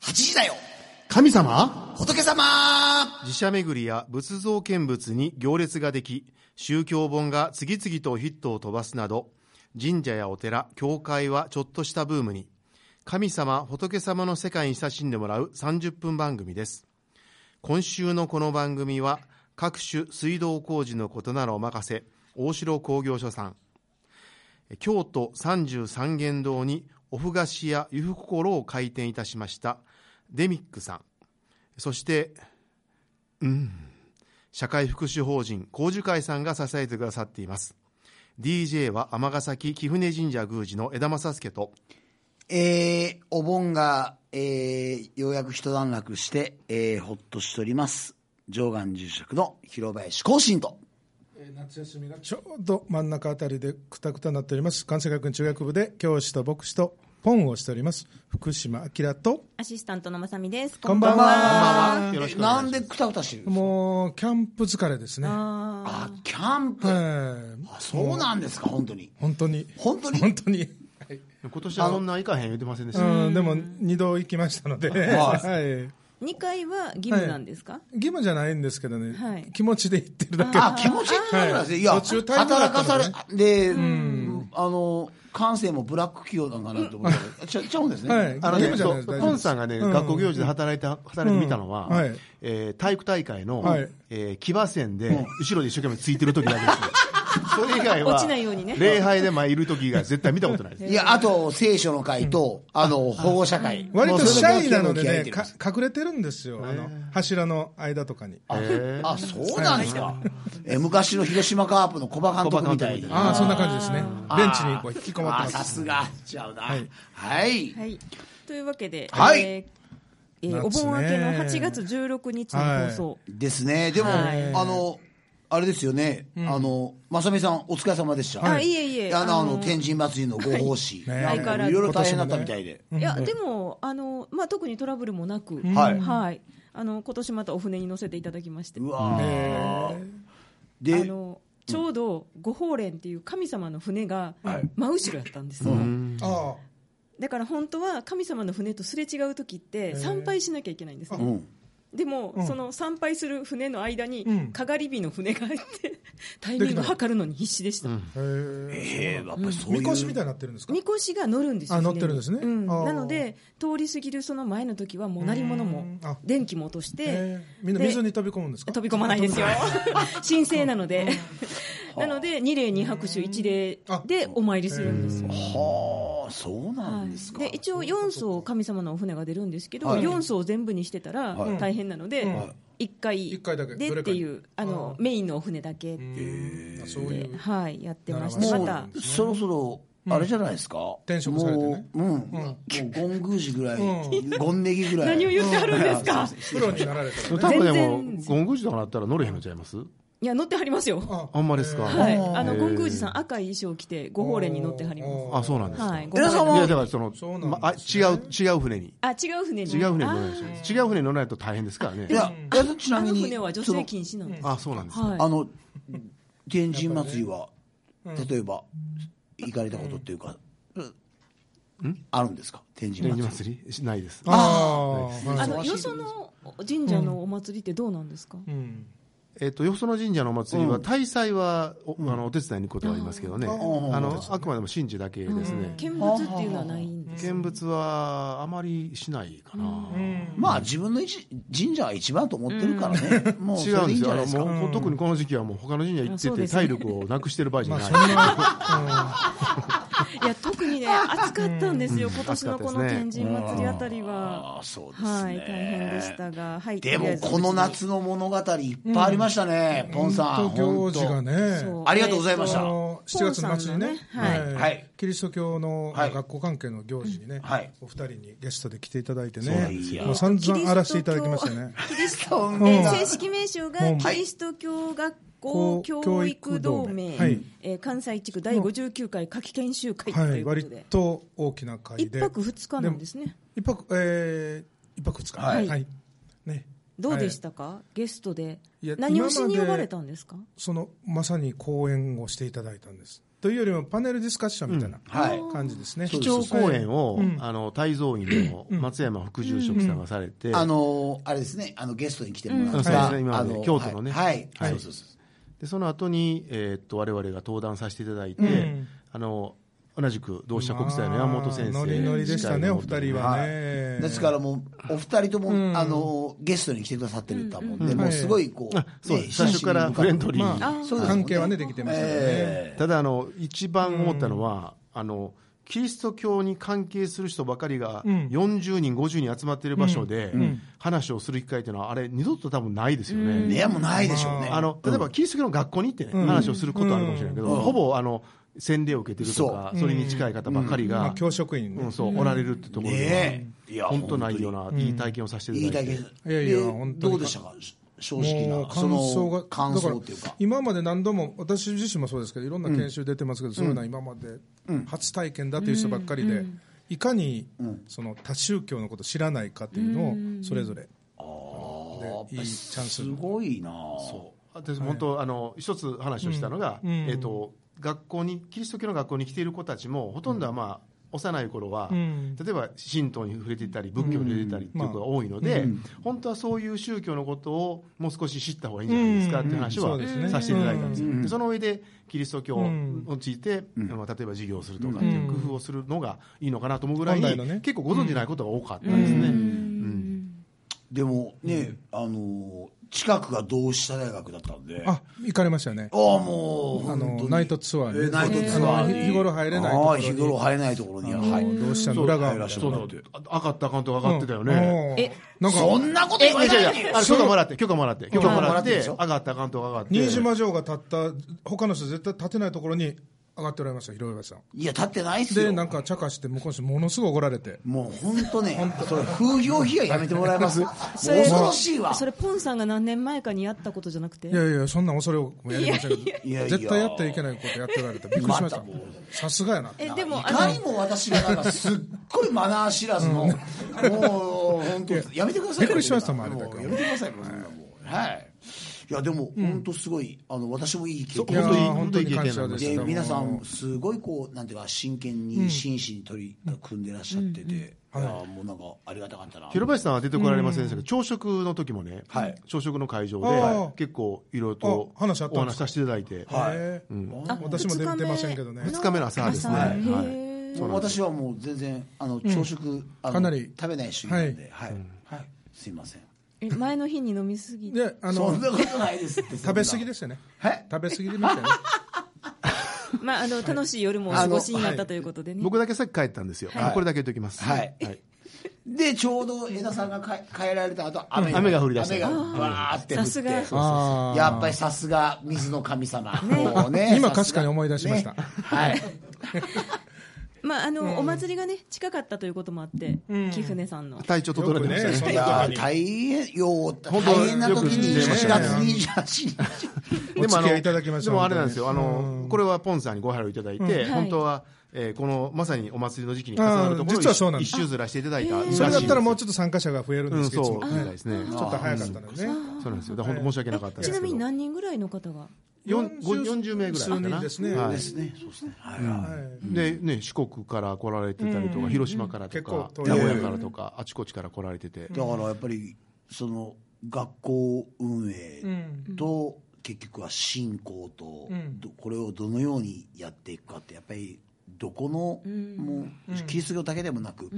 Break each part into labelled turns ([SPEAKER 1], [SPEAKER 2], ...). [SPEAKER 1] 8時だよ
[SPEAKER 2] 神様
[SPEAKER 1] 仏様
[SPEAKER 2] 寺社巡りや仏像見物に行列ができ宗教本が次々とヒットを飛ばすなど神社やお寺教会はちょっとしたブームに神様仏様の世界に親しんでもらう30分番組です今週のこの番組は各種水道工事のことならお任せ大城工業所さん京都三十三間堂にオフ菓子屋ゆふ心を開店いたしましたデミックさんそしてうん社会福祉法人工樹会さんが支えてくださっています DJ は尼崎貴船神社宮司の枝正助と
[SPEAKER 1] えー、お盆が、えー、ようやく一段落して、えー、ほっとしております。上岸住職の広林浩信と。
[SPEAKER 3] えー夏休みがちょうど真ん中あたりでくたくたになっております関西学院中学部で教師と牧師とポンをしております福島明と
[SPEAKER 4] アシスタントのまさみです。
[SPEAKER 3] こんばんは
[SPEAKER 2] こんばんはよろしくお願いし
[SPEAKER 1] な
[SPEAKER 2] ます
[SPEAKER 1] んでくたくたしてる
[SPEAKER 3] もうキャンプ疲れですねは
[SPEAKER 1] あ、キャンプ。
[SPEAKER 3] い
[SPEAKER 1] あそうなんですか、本当に。
[SPEAKER 3] 本当に
[SPEAKER 1] 本当に
[SPEAKER 3] 本当に
[SPEAKER 2] 今年はそんな行かへん言ってませんでし
[SPEAKER 3] う
[SPEAKER 2] た、
[SPEAKER 3] んでも2度行きましたので、はい、
[SPEAKER 4] 二回は義務なんですか？
[SPEAKER 3] 義務じゃないんですけどね、
[SPEAKER 4] はい
[SPEAKER 3] 気持ちで行ってるだけ
[SPEAKER 1] あ、気持ちいいってことなんですね。
[SPEAKER 3] はい
[SPEAKER 1] いや、
[SPEAKER 3] 途中タイムだ
[SPEAKER 1] 働
[SPEAKER 3] っ
[SPEAKER 1] か
[SPEAKER 3] た
[SPEAKER 1] さ
[SPEAKER 3] の
[SPEAKER 1] れ
[SPEAKER 3] ね、
[SPEAKER 1] で、あの、感性もブラック企業なんかなって思って、ちゃちゃうんですね。
[SPEAKER 3] はい
[SPEAKER 2] あの
[SPEAKER 3] い
[SPEAKER 2] ね、
[SPEAKER 3] やじゃ
[SPEAKER 2] そ
[SPEAKER 3] ないう大丈夫です
[SPEAKER 2] ポンさんがね、
[SPEAKER 3] うん
[SPEAKER 2] 学校行事で働いて、働いてみたのは、
[SPEAKER 3] うんはい
[SPEAKER 2] えー体育大会の、
[SPEAKER 3] はい
[SPEAKER 2] えー騎馬戦で、後ろで一生懸命ついてる時だ けですよ。それ以外は、
[SPEAKER 4] 落ちないようにね
[SPEAKER 2] 礼拝で前いる時以外絶対見たことないです。
[SPEAKER 1] いや、あと、聖書の会と、あの、保護者会。
[SPEAKER 3] 割とシャイなので
[SPEAKER 1] もうそれだ
[SPEAKER 3] ね
[SPEAKER 1] け
[SPEAKER 3] か隠れてるんですよあの柱の間とかに
[SPEAKER 2] へー
[SPEAKER 1] あ、そうなんですか。え昔の広島カープの小葉監督みたいに。
[SPEAKER 3] ああそんな感じですねベンチにこう引きこもって
[SPEAKER 1] あ
[SPEAKER 3] ま
[SPEAKER 1] さ
[SPEAKER 3] す
[SPEAKER 1] すが。違うな。はい。
[SPEAKER 4] はい。というわけで、
[SPEAKER 1] はい
[SPEAKER 4] えーえー
[SPEAKER 3] 夏ね
[SPEAKER 4] お盆明けの8月16日の放送。
[SPEAKER 1] ですね。でも、
[SPEAKER 4] はい
[SPEAKER 1] あの、あれですよね。あの、まさみさん、お疲れ様でした。
[SPEAKER 4] はいあいえいえ
[SPEAKER 1] あの、あの
[SPEAKER 4] あの
[SPEAKER 1] 天神祭りのご奉仕。
[SPEAKER 3] はいね
[SPEAKER 1] なんかいろいろ大変だったみたいで。
[SPEAKER 4] いやでもあのまあ特にトラブルもなく、
[SPEAKER 1] はい
[SPEAKER 4] はい。あの今年またお船に乗せていただきまして、
[SPEAKER 1] うわー
[SPEAKER 4] あ
[SPEAKER 1] で、
[SPEAKER 4] のちょうど御法蓮っていう神様の船が真後ろやったんですよ。
[SPEAKER 3] ああ
[SPEAKER 4] だから本当は神様の船とすれ違う時って参拝しなきゃいけないんですね。
[SPEAKER 1] うん。
[SPEAKER 4] でも、その参拝する船の間に、
[SPEAKER 3] ん
[SPEAKER 4] かがり火の船が入 って、タイミングを測るのに必死でした。
[SPEAKER 1] ええ、やっぱりそうい
[SPEAKER 3] み
[SPEAKER 1] う。
[SPEAKER 3] こしみたいになってるんですか
[SPEAKER 4] みこしが乗るんですよ。
[SPEAKER 3] あ
[SPEAKER 4] 船
[SPEAKER 3] 乗
[SPEAKER 4] に
[SPEAKER 3] ってるんですね
[SPEAKER 4] うん
[SPEAKER 3] あー
[SPEAKER 4] なので、通り過ぎるその前の時は、もう鳴り物も
[SPEAKER 3] あ、
[SPEAKER 4] 電気も落として
[SPEAKER 3] え、ーみんな
[SPEAKER 4] で
[SPEAKER 3] 水に飛び込むんですか
[SPEAKER 4] 飛び込まないですよ。 神聖なので。 なので、二礼二拍手一礼でお参りするんですよ。
[SPEAKER 1] はあ、そうなんですか。
[SPEAKER 4] で一応4層神様のお船が出るんですけど、4層全部にしてたら大変なので、1回
[SPEAKER 3] 一回だけ
[SPEAKER 4] で
[SPEAKER 3] ど
[SPEAKER 4] っ
[SPEAKER 3] れ
[SPEAKER 4] て
[SPEAKER 3] かに
[SPEAKER 4] いうあのメインのお船だけって
[SPEAKER 3] あそういう
[SPEAKER 4] はい、やってまし
[SPEAKER 3] な
[SPEAKER 4] た。
[SPEAKER 3] るほ
[SPEAKER 4] ま
[SPEAKER 3] ど
[SPEAKER 4] た、
[SPEAKER 1] うそろそろあれじゃないですか、
[SPEAKER 3] 転職されてね
[SPEAKER 1] もう、うんもうゴングージぐらい、ゴンネギぐらい
[SPEAKER 4] 何を言ってはるんですか。
[SPEAKER 3] プロになられたら
[SPEAKER 2] 多
[SPEAKER 3] ね
[SPEAKER 2] 分でも
[SPEAKER 4] 全、然
[SPEAKER 2] ゴング時とかなったら乗れへんのちゃいます
[SPEAKER 4] いや、乗ってはりますよ。
[SPEAKER 3] あ
[SPEAKER 2] あんまですか、
[SPEAKER 4] はい、
[SPEAKER 2] あ
[SPEAKER 4] あの、
[SPEAKER 2] へー
[SPEAKER 4] ゴンクウジさん、赤い衣装着て、ご法蓮に乗ってはりま
[SPEAKER 2] そうなんです
[SPEAKER 4] す。
[SPEAKER 2] か。、
[SPEAKER 4] はいい、
[SPEAKER 1] 皆さん
[SPEAKER 4] 蓮。
[SPEAKER 1] は
[SPEAKER 2] や、だからその、
[SPEAKER 3] そうなんですね
[SPEAKER 2] まあ、違う、違う船に。
[SPEAKER 4] あ、違う船に。
[SPEAKER 2] 違う船に乗ら
[SPEAKER 4] あ
[SPEAKER 2] ないですよ違う船に乗らないと大変ですからね
[SPEAKER 1] い。やいやちな
[SPEAKER 4] あ
[SPEAKER 1] み
[SPEAKER 4] の
[SPEAKER 1] に
[SPEAKER 4] 船は女
[SPEAKER 1] その
[SPEAKER 4] 性禁止なんです。
[SPEAKER 2] あ、そうなんですか。
[SPEAKER 4] はい。
[SPEAKER 1] あの天神祭りは、例えば行かれたことっていうか、あるんですか天神
[SPEAKER 2] 天
[SPEAKER 1] 祭
[SPEAKER 2] 神
[SPEAKER 1] り
[SPEAKER 2] 祭りしないです。
[SPEAKER 3] あー
[SPEAKER 4] あ
[SPEAKER 3] はい
[SPEAKER 4] の、よその神社のお祭りってどうなんですか。
[SPEAKER 3] うん
[SPEAKER 2] えっと、よその神社のお祭りは、大祭はお,、あのお手伝いに行くことはありますけどね、
[SPEAKER 1] ん
[SPEAKER 2] あのあくまでも神事だけですね、
[SPEAKER 4] 見物っていうのはないんです。
[SPEAKER 2] 見物はあまりしないかな、
[SPEAKER 1] まあ自分の一神社が一番と思ってるからね、もうそ
[SPEAKER 2] 違
[SPEAKER 1] れ
[SPEAKER 2] うん
[SPEAKER 1] でいいん
[SPEAKER 2] です
[SPEAKER 1] じ
[SPEAKER 2] よ、
[SPEAKER 1] ゃ
[SPEAKER 2] あ
[SPEAKER 1] ない
[SPEAKER 2] の
[SPEAKER 1] ですか
[SPEAKER 2] もう特にこの時期はもう他の神社行って
[SPEAKER 4] あそう
[SPEAKER 2] て、
[SPEAKER 4] ですね
[SPEAKER 2] 体力をなくしてる場合じゃない、
[SPEAKER 4] いや、特にね、暑かったんですよ。今年のこの天神祭りあたりは。
[SPEAKER 1] あそうですね、
[SPEAKER 4] はい、大変でしたが、はい。
[SPEAKER 1] で
[SPEAKER 4] とりあえ
[SPEAKER 1] も
[SPEAKER 4] ず
[SPEAKER 1] この夏の物語いっぱいありましたね、ポンさん
[SPEAKER 3] 本当行事が
[SPEAKER 1] 本
[SPEAKER 3] ね
[SPEAKER 4] そう
[SPEAKER 1] ありがとうございました
[SPEAKER 3] あ
[SPEAKER 4] えーと
[SPEAKER 3] の7月の末にね
[SPEAKER 4] ポンさんの
[SPEAKER 3] え
[SPEAKER 4] ね
[SPEAKER 3] ー
[SPEAKER 1] はい
[SPEAKER 3] キリスト教の
[SPEAKER 1] はい
[SPEAKER 3] 学校関係の行事にね
[SPEAKER 1] はい
[SPEAKER 3] お二人にゲストで来ていただいて
[SPEAKER 1] そうな
[SPEAKER 3] ね
[SPEAKER 1] んですよ
[SPEAKER 3] もう散々荒らしていただきましたね
[SPEAKER 4] キリスト、
[SPEAKER 3] ん
[SPEAKER 4] えー正式名称が
[SPEAKER 3] うん
[SPEAKER 4] キリスト教学
[SPEAKER 3] は
[SPEAKER 4] 校
[SPEAKER 3] い
[SPEAKER 4] 教育同盟、
[SPEAKER 3] はい
[SPEAKER 4] えー関西地区第59回夏季研修会と
[SPEAKER 3] はいいう
[SPEAKER 4] こと
[SPEAKER 3] 割
[SPEAKER 4] で、
[SPEAKER 3] と大きな会
[SPEAKER 4] 一
[SPEAKER 3] で
[SPEAKER 4] 泊二日なんですね。
[SPEAKER 3] 一泊えー一泊二日
[SPEAKER 1] はい
[SPEAKER 3] ね
[SPEAKER 4] どうでしたか、ゲストで。何をしに呼ばれたんですか
[SPEAKER 3] そのまさに講演をしていただいたんですというよりもパネルディスカッションみたいな
[SPEAKER 1] うんはい
[SPEAKER 3] 感じですね。
[SPEAKER 2] 基調講演を、
[SPEAKER 3] うん
[SPEAKER 2] あの泰造院の松山副住職さんがされて、
[SPEAKER 1] あのあれですねあのゲストに来てもら
[SPEAKER 2] う
[SPEAKER 1] っ
[SPEAKER 2] んそうで
[SPEAKER 1] た、
[SPEAKER 2] すね今ま
[SPEAKER 1] あ
[SPEAKER 2] で
[SPEAKER 1] の
[SPEAKER 2] 京都のね
[SPEAKER 1] はい、
[SPEAKER 2] は
[SPEAKER 1] はいい、そうそうそう
[SPEAKER 2] でその後に、えーっと我々が登壇させていただいて、
[SPEAKER 3] うん
[SPEAKER 2] あの同じく同志社国際の山本先生、
[SPEAKER 3] まあノリノリでしたね、
[SPEAKER 2] 司会の
[SPEAKER 3] お
[SPEAKER 2] 方
[SPEAKER 3] 二人はね。
[SPEAKER 1] ですからもうお二人とも、
[SPEAKER 3] うん
[SPEAKER 1] あのゲストに来てくださってると思うんで、
[SPEAKER 3] うん
[SPEAKER 1] もうすごいこう、
[SPEAKER 2] あそうです最初からフレンドリー、
[SPEAKER 3] まあ
[SPEAKER 4] あ
[SPEAKER 1] そうですもんね
[SPEAKER 3] 関係はね、できてましたよね。
[SPEAKER 1] え
[SPEAKER 2] ただあの一番思ったのは、あのキリスト教に関係する人ばかりが
[SPEAKER 3] うん
[SPEAKER 2] 40人、50人集まっている場所で
[SPEAKER 3] ん
[SPEAKER 2] 話をする機会というのはあれ二度と多分ないですよね。
[SPEAKER 1] えねもうないでしょうね、
[SPEAKER 2] あの例えばキリスト教の学校に行ってね、
[SPEAKER 3] うん
[SPEAKER 2] 話をすることはあるかもしれないけど、
[SPEAKER 1] うん
[SPEAKER 2] ほぼあの洗礼を受けてるとか
[SPEAKER 1] そ
[SPEAKER 2] それに近い方ばかり
[SPEAKER 3] ま
[SPEAKER 2] が
[SPEAKER 3] あ、、教職員ね
[SPEAKER 2] うんそうおられるってところでは、
[SPEAKER 1] ねえいや
[SPEAKER 2] 本当ないようないい体験をさせて
[SPEAKER 1] い
[SPEAKER 2] い
[SPEAKER 1] い
[SPEAKER 2] ただ
[SPEAKER 1] だ
[SPEAKER 2] い
[SPEAKER 1] け
[SPEAKER 2] て、
[SPEAKER 3] いやいや
[SPEAKER 1] で
[SPEAKER 3] 本当に
[SPEAKER 1] どうでしたか正直
[SPEAKER 3] もう
[SPEAKER 1] な
[SPEAKER 3] 感想
[SPEAKER 1] そ
[SPEAKER 3] が
[SPEAKER 1] の感想っていう
[SPEAKER 3] だ
[SPEAKER 1] から
[SPEAKER 3] 今まで何度も私自身もそうですけどいろんな研修出てますけど、そういうのは今まで初体験だという人ばっかりで、いかにその多宗教のことを知らないかというのをそれぞれ、
[SPEAKER 1] あーやっ
[SPEAKER 3] で
[SPEAKER 1] ぱり
[SPEAKER 3] いいチャンス
[SPEAKER 1] すごいな
[SPEAKER 2] そう私本当、あの一つ話をしたのが、
[SPEAKER 3] うん
[SPEAKER 2] えっと学校にキリスト教の学校に来ている子たちもほとんどはまあ、幼い頃は、
[SPEAKER 3] うん
[SPEAKER 2] 例えば神道に触れていたり仏教に触れていたりっていうことが多いので、本当はそういう宗教のことをもう少し知った方がいいんじゃないですかっていう話
[SPEAKER 3] う
[SPEAKER 2] は
[SPEAKER 3] んうんそうですね
[SPEAKER 2] させていただいたんですよ、
[SPEAKER 1] うん
[SPEAKER 2] でその上でキリスト教を
[SPEAKER 3] うん
[SPEAKER 2] 用いて、あの例えば授業をするとかっていう工夫をするのがいいのかなと思うぐらい
[SPEAKER 3] 本
[SPEAKER 2] に、
[SPEAKER 3] 来のね
[SPEAKER 2] 結構ご存じないことが多かったですね。
[SPEAKER 3] うん
[SPEAKER 2] うん
[SPEAKER 1] でもね、あの近くが同志社大学だったんであ
[SPEAKER 3] あ行かれましたね
[SPEAKER 1] あもう
[SPEAKER 3] あの
[SPEAKER 1] 本当に
[SPEAKER 3] ナイトツアーに
[SPEAKER 1] えナイトツアーに
[SPEAKER 3] あの日頃入れないところに
[SPEAKER 1] あー日頃入れないところには
[SPEAKER 3] も
[SPEAKER 1] いう
[SPEAKER 3] 同志社の裏側
[SPEAKER 1] 入らせて
[SPEAKER 2] そう
[SPEAKER 1] も
[SPEAKER 2] そ
[SPEAKER 1] らっ
[SPEAKER 2] う
[SPEAKER 1] て
[SPEAKER 2] あ上がったアカウントが上がってたよね、
[SPEAKER 3] うん
[SPEAKER 4] え
[SPEAKER 3] なん
[SPEAKER 1] そ
[SPEAKER 3] か
[SPEAKER 1] んなこと
[SPEAKER 2] え、
[SPEAKER 1] 言
[SPEAKER 2] 違う
[SPEAKER 1] わない
[SPEAKER 2] 違う、あの許可もらって、許可もらって、許可もらっ
[SPEAKER 1] 許可もらって
[SPEAKER 2] て、
[SPEAKER 1] でし
[SPEAKER 2] 上
[SPEAKER 1] ょ
[SPEAKER 2] がったアカウントが上がって。
[SPEAKER 3] 新島城が立った他の人絶対立てないところに上がっておられました広岩さん
[SPEAKER 1] いや立ってないっす
[SPEAKER 3] で
[SPEAKER 1] よ
[SPEAKER 3] なんか茶化して向こうの人ものすごい怒られて
[SPEAKER 1] もう本当ねそれ風評被害やめてもらえ ますもう
[SPEAKER 4] それ
[SPEAKER 1] 恐ろしいわ
[SPEAKER 4] それポンさんが何年前かにやったことじゃなくて
[SPEAKER 3] いやいや、そんな恐れをもやりましたけど、
[SPEAKER 1] いやいや
[SPEAKER 3] 絶対やってはいけないことやっておられて、びっくりしました
[SPEAKER 1] またも。
[SPEAKER 3] さすがやな。
[SPEAKER 4] えでも
[SPEAKER 1] い
[SPEAKER 4] あ
[SPEAKER 1] か
[SPEAKER 4] の
[SPEAKER 1] にも私がなんかすっごいマナー知らずの、もう本当やめてくださいよ
[SPEAKER 3] びっくりしましたもんあれだ
[SPEAKER 1] も
[SPEAKER 3] け
[SPEAKER 1] うやめてくださいもうそんなもうはいいやでも本当すごいあの私もいい経
[SPEAKER 2] い
[SPEAKER 1] 験
[SPEAKER 2] や本当に
[SPEAKER 3] ー
[SPEAKER 2] 本当にいい経験になりま
[SPEAKER 1] で
[SPEAKER 2] し
[SPEAKER 1] 皆さ。ん
[SPEAKER 3] も
[SPEAKER 1] すごいこうなんていうか真剣に真摯に取り組んでらっしゃってて、ああーもうなんかありがたかったな
[SPEAKER 2] 広林さんは出てこられませんでしたけど、朝食の時もね
[SPEAKER 1] はい、
[SPEAKER 2] 朝食の会場
[SPEAKER 3] あ
[SPEAKER 2] で
[SPEAKER 3] ー、
[SPEAKER 2] 結構いろいろと
[SPEAKER 3] あ話あったんで
[SPEAKER 2] お話
[SPEAKER 3] すか
[SPEAKER 2] しさせていただいて、
[SPEAKER 1] はい
[SPEAKER 3] へー
[SPEAKER 2] うん
[SPEAKER 4] あ
[SPEAKER 3] 私も出
[SPEAKER 4] 二日目
[SPEAKER 3] 出ませんけどね
[SPEAKER 2] 二日目の朝ですね
[SPEAKER 4] 朝
[SPEAKER 2] はい
[SPEAKER 4] へー
[SPEAKER 1] もう私はもう全然あの朝食、あの
[SPEAKER 3] かなり
[SPEAKER 1] 食べない主義なんではい、はい、すいません
[SPEAKER 4] え前の日に飲みすぎて
[SPEAKER 3] で、あ
[SPEAKER 1] そ
[SPEAKER 3] の
[SPEAKER 1] ん、なことないですって
[SPEAKER 3] 食べ過ぎですしたね。
[SPEAKER 1] はい
[SPEAKER 3] 食べ過ぎでましたね。
[SPEAKER 4] まああの楽しい夜もお過ごしになったということでね
[SPEAKER 2] 僕だけさっき帰ったんですよ。
[SPEAKER 1] はい
[SPEAKER 2] これだけ言っておきます。
[SPEAKER 1] はいでちょうど江田さんがか帰られた後雨
[SPEAKER 2] 雨が降り出した
[SPEAKER 1] 雨がバーって降って
[SPEAKER 4] さすが
[SPEAKER 3] あー
[SPEAKER 1] やっぱりさすが水の神様もうね
[SPEAKER 3] 今
[SPEAKER 1] さすが
[SPEAKER 3] 確かに思い出しました
[SPEAKER 1] ねはい
[SPEAKER 4] まああのお祭りがね近かったということもあって貴船さんの
[SPEAKER 2] 体調整えてました
[SPEAKER 3] よくねそ
[SPEAKER 1] い
[SPEAKER 2] ね。
[SPEAKER 3] んな
[SPEAKER 1] やー
[SPEAKER 3] 時に
[SPEAKER 1] 大変よ大
[SPEAKER 2] 本当
[SPEAKER 1] 変な時に
[SPEAKER 2] よく知
[SPEAKER 1] 7
[SPEAKER 2] って
[SPEAKER 1] 月
[SPEAKER 2] まし
[SPEAKER 1] 28
[SPEAKER 2] た
[SPEAKER 1] 日
[SPEAKER 3] お付
[SPEAKER 2] あ
[SPEAKER 3] き合いいただきま
[SPEAKER 2] の、
[SPEAKER 3] し
[SPEAKER 2] で
[SPEAKER 3] た
[SPEAKER 2] もあれなんですよ。あ
[SPEAKER 3] 本当に
[SPEAKER 2] の、これはポンさんにご配慮いただいて、
[SPEAKER 4] うん
[SPEAKER 2] 本当は、えーこの、まさにお祭りの時期に重なるとこ
[SPEAKER 3] あー実はそ
[SPEAKER 2] ろ
[SPEAKER 3] うな
[SPEAKER 2] を
[SPEAKER 3] んで
[SPEAKER 2] 一
[SPEAKER 3] す
[SPEAKER 2] 周ずらしていただいたらしいんです
[SPEAKER 3] そ
[SPEAKER 2] よ。
[SPEAKER 3] れだったらもうちょっと参加者が増えるん
[SPEAKER 2] う
[SPEAKER 3] で
[SPEAKER 2] ん、
[SPEAKER 3] すけど、い
[SPEAKER 2] そ
[SPEAKER 3] つ
[SPEAKER 2] う、
[SPEAKER 3] も
[SPEAKER 2] み
[SPEAKER 3] ね
[SPEAKER 2] たいですね。
[SPEAKER 3] ちょっと早かったのでね。
[SPEAKER 2] そうなんですよ。だから本当申し訳なかったんで
[SPEAKER 4] ち
[SPEAKER 2] すけ
[SPEAKER 4] な
[SPEAKER 2] ど。
[SPEAKER 4] みに何人ぐらいの方が
[SPEAKER 2] 40 40名ぐらいか
[SPEAKER 3] 数
[SPEAKER 2] な
[SPEAKER 3] 人ですね。
[SPEAKER 2] はい
[SPEAKER 1] ですねそうですねはいはい
[SPEAKER 3] はい
[SPEAKER 2] でね、四国から来られてたりとか、広島からとか
[SPEAKER 3] 結、構遠
[SPEAKER 2] 名
[SPEAKER 3] い
[SPEAKER 2] 古屋からとか、あちこちから来られて
[SPEAKER 1] だ
[SPEAKER 2] て、
[SPEAKER 1] からやっぱりその学校運営と結局は信仰と、
[SPEAKER 3] ん
[SPEAKER 1] どこれをどのようにやっていくかってやっぱりどこの、もうキリスト教だけでもなく、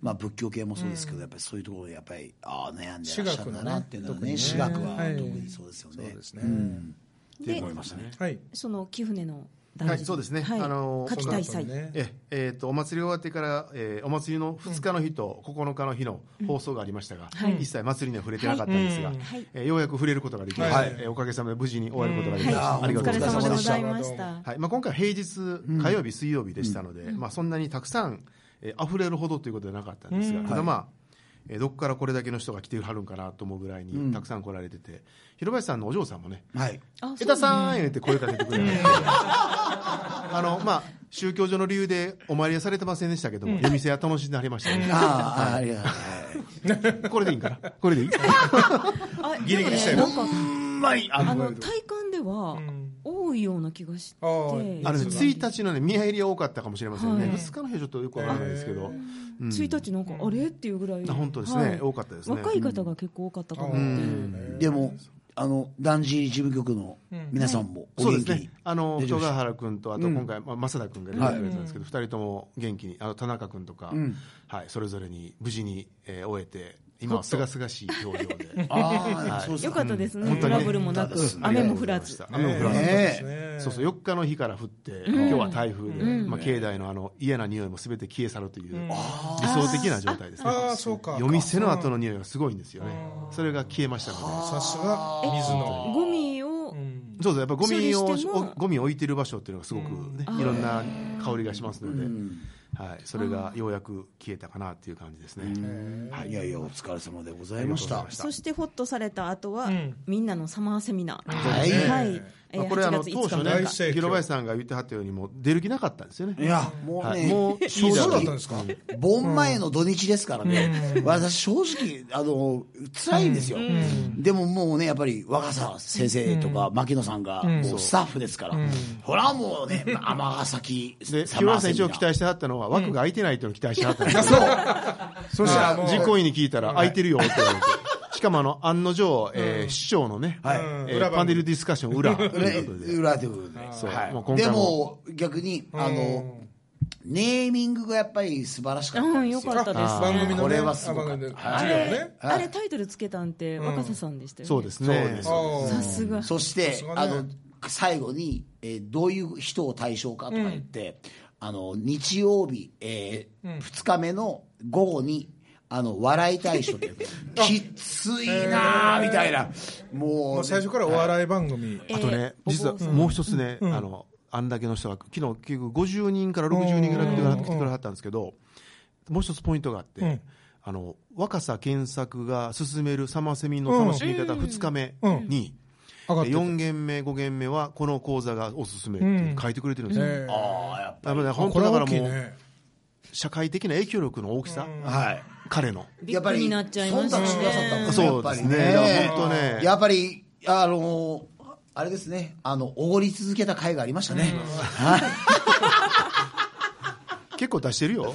[SPEAKER 1] まあ、仏教系もそうですけど、やっぱりそういうところでやっぱりああ悩んでらっしゃるんだなっていうのはね私
[SPEAKER 3] 私
[SPEAKER 1] 学
[SPEAKER 3] 学のね
[SPEAKER 1] は
[SPEAKER 3] 特にね
[SPEAKER 1] 特にそうですよね。
[SPEAKER 3] そうですね
[SPEAKER 1] ん
[SPEAKER 4] で
[SPEAKER 1] 思いましたね
[SPEAKER 3] はい。
[SPEAKER 4] その貴船の大
[SPEAKER 2] はい
[SPEAKER 4] 臣
[SPEAKER 2] そうですね
[SPEAKER 4] はい
[SPEAKER 2] あの
[SPEAKER 4] 夏季大祭
[SPEAKER 3] ね
[SPEAKER 2] ええーとお祭り終わってから、えーお祭りの2日の日と9日の日の放送がありましたが、
[SPEAKER 4] はい
[SPEAKER 2] 一切祭りには触れてなかったんですが、
[SPEAKER 3] はい
[SPEAKER 4] はい
[SPEAKER 2] えーようやく触れることができました、
[SPEAKER 1] はい
[SPEAKER 2] えーおかげさまで無事に終わることができ
[SPEAKER 4] は
[SPEAKER 2] まし
[SPEAKER 4] い
[SPEAKER 2] た、
[SPEAKER 1] やー
[SPEAKER 2] ありが
[SPEAKER 4] お
[SPEAKER 2] とう
[SPEAKER 4] 疲れ
[SPEAKER 2] ございま
[SPEAKER 4] 様でご
[SPEAKER 2] す
[SPEAKER 4] ざいまし
[SPEAKER 3] お疲
[SPEAKER 4] た
[SPEAKER 2] はいまあ、今回平日火曜日、水曜日でしたので、まあ、そんなにたくさん、えー溢れるほどということではなかったんですが、ただまあ、えーどこからこれだけの人が来てはるんかなと思うぐらいにたくさん来られてて、広林さんのお嬢さんもね
[SPEAKER 1] はい
[SPEAKER 4] あ
[SPEAKER 2] 江田さん言って声かけてくれて、あのまあ宗教上の理由でお参りはされてませんでしたけども、夜店は楽しんではりましたね
[SPEAKER 1] ああありがとう
[SPEAKER 2] これでいいんかなこれでいい
[SPEAKER 4] あでもねなんか
[SPEAKER 1] うまいあ
[SPEAKER 4] あの体感では
[SPEAKER 3] ん
[SPEAKER 4] 大多いような気がして
[SPEAKER 3] あー
[SPEAKER 2] あのね、
[SPEAKER 3] うん
[SPEAKER 2] 1日のね、見合い入りは多かったかもしれませんね。
[SPEAKER 4] はい
[SPEAKER 2] 2日の日はちょっとよくわからないですけど。うん
[SPEAKER 4] 1日なんかあれっていうぐらい
[SPEAKER 2] あ本当ですね多かったですね
[SPEAKER 4] 若い方が結構多かったかなっていう、
[SPEAKER 3] ん
[SPEAKER 1] でもあのだんじり事務局の皆さんもお
[SPEAKER 2] そうで
[SPEAKER 1] 元
[SPEAKER 2] す
[SPEAKER 1] 気に
[SPEAKER 2] ね、あの
[SPEAKER 1] 大丈夫で
[SPEAKER 2] 福ヶ
[SPEAKER 1] す
[SPEAKER 2] 原君と、あと今回、まあ、増田君が出てくれたんですけど、二人とも元気に、あの田中君とか、はい、それぞれに無事に、えー終えて、今はすがすがしい表情で。
[SPEAKER 1] ああそう
[SPEAKER 4] よかったですね、
[SPEAKER 2] 本当
[SPEAKER 4] ト
[SPEAKER 2] に
[SPEAKER 4] ラブルもなく、雨も降らず、
[SPEAKER 2] 雨も降らず。
[SPEAKER 1] ねえ
[SPEAKER 3] ね
[SPEAKER 2] そうそう4日の日から降って、今日は台風で、まあ、境内のあの嫌な匂いもすべて消え去るという、理想的な状態ですね
[SPEAKER 3] あーそうか
[SPEAKER 2] 夜店の後の匂いがすごいんですよねそれが消えましたので
[SPEAKER 3] さすが水野
[SPEAKER 4] ゴミを
[SPEAKER 2] そうそうやっぱゴ
[SPEAKER 4] 処
[SPEAKER 2] ミ
[SPEAKER 4] 理
[SPEAKER 2] を
[SPEAKER 4] しても
[SPEAKER 2] おゴミを置いてる場所っていうのがすごく、ねいろんな香りがしますので、はい、それがようやく消えたかなっていう感じですね、はいい、
[SPEAKER 1] やいやお疲れ様でございました
[SPEAKER 2] ありがとうございました
[SPEAKER 4] そしてホッとされた後は、
[SPEAKER 3] ん
[SPEAKER 4] みんなのサマーセミナー、
[SPEAKER 1] はい
[SPEAKER 4] はいえ
[SPEAKER 2] まあ
[SPEAKER 4] ー
[SPEAKER 2] これあ
[SPEAKER 4] 8
[SPEAKER 2] の
[SPEAKER 4] 月
[SPEAKER 2] 当
[SPEAKER 4] 5日
[SPEAKER 2] 初
[SPEAKER 4] の
[SPEAKER 2] ね
[SPEAKER 3] 大盛況
[SPEAKER 2] 広林さんが言ってはったようにもう出る気なかったんですよね
[SPEAKER 1] いやもう
[SPEAKER 2] は
[SPEAKER 1] ね、
[SPEAKER 2] いもう
[SPEAKER 1] 正
[SPEAKER 2] リーダー
[SPEAKER 3] そう
[SPEAKER 1] 直
[SPEAKER 3] だったんですか
[SPEAKER 1] 盆前の土日ですからね、私、正直、あの辛いんですよ、でももうね、やっぱり若狭先生とか、牧野さんがもうスタッフですから、ほら、もうね、尼崎
[SPEAKER 2] で、
[SPEAKER 1] サ
[SPEAKER 2] 広
[SPEAKER 1] マー
[SPEAKER 2] 原
[SPEAKER 1] セ
[SPEAKER 2] 選
[SPEAKER 1] ミ
[SPEAKER 2] 手
[SPEAKER 1] ナ
[SPEAKER 2] を
[SPEAKER 1] ー
[SPEAKER 2] 期待してはったのは、枠が空いてないというのを期待してはったんですけど、
[SPEAKER 3] そしたらもう
[SPEAKER 2] 実行委員に聞いたら、空いてるよって言われて、しかもあの、案の定、えー市長のね、
[SPEAKER 1] はい
[SPEAKER 2] えー
[SPEAKER 3] 裏番組
[SPEAKER 2] パネルディスカッション裏ということで、
[SPEAKER 1] 裏ということで、
[SPEAKER 2] そう
[SPEAKER 1] は
[SPEAKER 2] もう
[SPEAKER 1] い、
[SPEAKER 2] 今
[SPEAKER 1] で
[SPEAKER 2] 回も
[SPEAKER 1] も逆にあのネーミングがやっぱり素晴らしかったんです
[SPEAKER 4] うん
[SPEAKER 1] よ
[SPEAKER 4] よか。ったですね
[SPEAKER 3] 番組のね
[SPEAKER 1] これはすごかった
[SPEAKER 3] あ番組で
[SPEAKER 1] はい
[SPEAKER 4] あ
[SPEAKER 3] 授業ね
[SPEAKER 4] れあれタイトルつけたんって若狭さんでしたよね、
[SPEAKER 2] そうで
[SPEAKER 1] そ
[SPEAKER 2] す
[SPEAKER 1] うで
[SPEAKER 2] ね
[SPEAKER 1] す。
[SPEAKER 3] あ
[SPEAKER 4] さ
[SPEAKER 3] ー
[SPEAKER 4] す が
[SPEAKER 1] そして、
[SPEAKER 3] すがね
[SPEAKER 1] あの最後に、えーどういう人を対象かとか言って、あの日曜日、え2日目の午後にあの笑い対象っていう きついなあみたいな、もう
[SPEAKER 3] もう最初からお笑い番組
[SPEAKER 4] え
[SPEAKER 2] あとね、
[SPEAKER 4] ー
[SPEAKER 2] 実は
[SPEAKER 4] お坊さん
[SPEAKER 2] もう一つね、あの、あんだけの人が、昨日結局50人から60人ぐらい来てくれ来てくれはったんですけど、もう一つポイントがあって、
[SPEAKER 3] うん
[SPEAKER 2] あの、若狭健作が進めるサマセミの楽しみ方2日目に、
[SPEAKER 3] 上がって
[SPEAKER 2] 4限目、5限目はこの講座がおすすめって書いてくれてるんですよ。
[SPEAKER 3] えー
[SPEAKER 1] ああやっぱ
[SPEAKER 2] だからね本当
[SPEAKER 3] これ
[SPEAKER 2] だか
[SPEAKER 3] は
[SPEAKER 2] ら
[SPEAKER 3] 大きい
[SPEAKER 2] もう、
[SPEAKER 3] ね
[SPEAKER 2] 社会的な影響力の大きさ、
[SPEAKER 1] はい
[SPEAKER 2] 彼の。
[SPEAKER 4] びっくりになっちゃいました
[SPEAKER 1] やっぱり忖度してくださったもんね
[SPEAKER 2] そうですね
[SPEAKER 1] やっぱり
[SPEAKER 2] だから本当ね
[SPEAKER 1] やっぱりあのあれですねあのおごり続けた回がありましたね、はい
[SPEAKER 2] 結構出してるよ。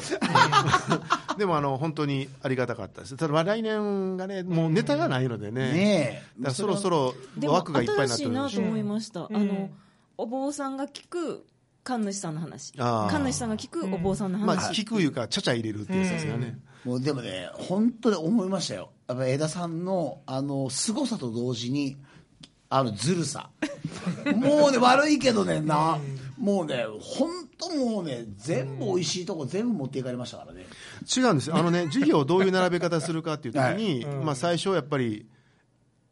[SPEAKER 2] でもあの、本当にありがたかったです。ただまあ来年がね、もうネタがないのでね。
[SPEAKER 1] ねえ
[SPEAKER 2] だからそろそろ
[SPEAKER 4] でも
[SPEAKER 2] 枠がいっぱいにな
[SPEAKER 4] 新
[SPEAKER 2] って
[SPEAKER 4] し
[SPEAKER 2] く
[SPEAKER 4] い
[SPEAKER 2] る
[SPEAKER 4] な
[SPEAKER 2] でし
[SPEAKER 4] と
[SPEAKER 2] ょ
[SPEAKER 4] 思いました、あのお坊さんが聞く神主さんの話
[SPEAKER 2] あー
[SPEAKER 4] 神主さんが聞くお坊さんの
[SPEAKER 2] まあ、
[SPEAKER 4] 話、
[SPEAKER 2] 聞くいうか、ちゃちゃ入れるっていうやつですよね。
[SPEAKER 1] もうでもね、本当に思いましたよ、やっぱ江田さんのあの凄さと同時に、あのずるさ、 もうね、悪いけどね、な、もうね、本当もうね、全部美味しいとこ、全部持っていかれましたからね、
[SPEAKER 2] 違うんですよ。あのね、授業をどういう並べ方するかっていう時に、まあ、最初やっぱり、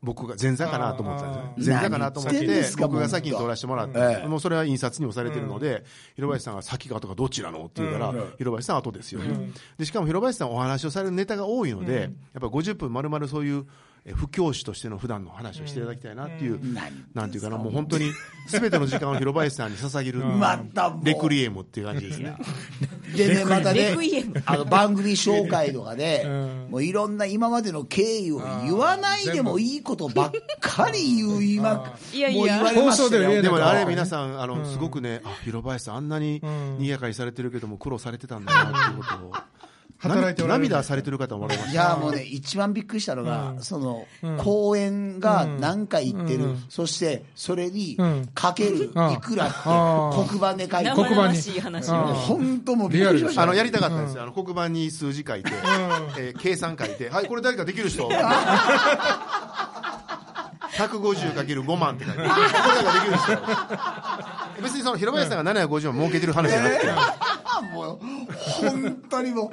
[SPEAKER 2] 僕が前座かなと思ってたんですよ。前座かなと思って
[SPEAKER 1] 何言ってんで
[SPEAKER 2] て
[SPEAKER 1] す、か
[SPEAKER 2] 僕が先に取らせてもらっ
[SPEAKER 1] ええ
[SPEAKER 2] て、もうそれは印刷にもされてるので、広林さんが先かとかどっちなのって言うから、広林さんは後ですよと。で、しかも広林さんお話をされるネタが多いので、やっぱ50分丸々そういう、え不教師としての普段の話をしていただきたいなっていう、なんていうかな、もう本当に全ての時間を広林さんに捧げる、
[SPEAKER 1] またもう
[SPEAKER 2] レクリエムっていう感じですね。
[SPEAKER 1] でね、またね
[SPEAKER 4] レクイエム、
[SPEAKER 1] あの番組紹介とかで、もういろんな今までの経緯を言わないでもいいことばっかり言う、今、もう
[SPEAKER 4] いやいや
[SPEAKER 1] 言われました
[SPEAKER 3] 放送では言え
[SPEAKER 1] よ
[SPEAKER 3] な
[SPEAKER 2] で
[SPEAKER 3] い
[SPEAKER 2] もね
[SPEAKER 3] なん
[SPEAKER 2] あ
[SPEAKER 3] か
[SPEAKER 2] れ皆さん、あの、すごくね、あ、広林さんあんなに賑やかにされてるけども苦労されてたんだなっていうことを。
[SPEAKER 3] 働いておられる
[SPEAKER 2] 涙されてる方もおられま
[SPEAKER 1] い
[SPEAKER 2] した。
[SPEAKER 1] やもうね、一番びっくりしたのが、その、公演が何回行ってる、そして、それに
[SPEAKER 3] ん、
[SPEAKER 1] かける、い
[SPEAKER 3] ああ
[SPEAKER 1] くらって
[SPEAKER 3] あ、あ
[SPEAKER 1] 黒板で書いて、
[SPEAKER 4] 生
[SPEAKER 3] 黒板
[SPEAKER 4] 々
[SPEAKER 3] に
[SPEAKER 4] しい話
[SPEAKER 3] あ
[SPEAKER 4] を
[SPEAKER 3] ー
[SPEAKER 1] 本当もうびっくりしました。
[SPEAKER 2] あの、やりたかったんですよ。あの、黒板に数字書いて、えー計算書いて、はい、これ誰かできる人 150×5 万って書いて、これ誰かできる人別にその、広林さんが750万儲けてる話じゃなくて、
[SPEAKER 1] もう、本当にも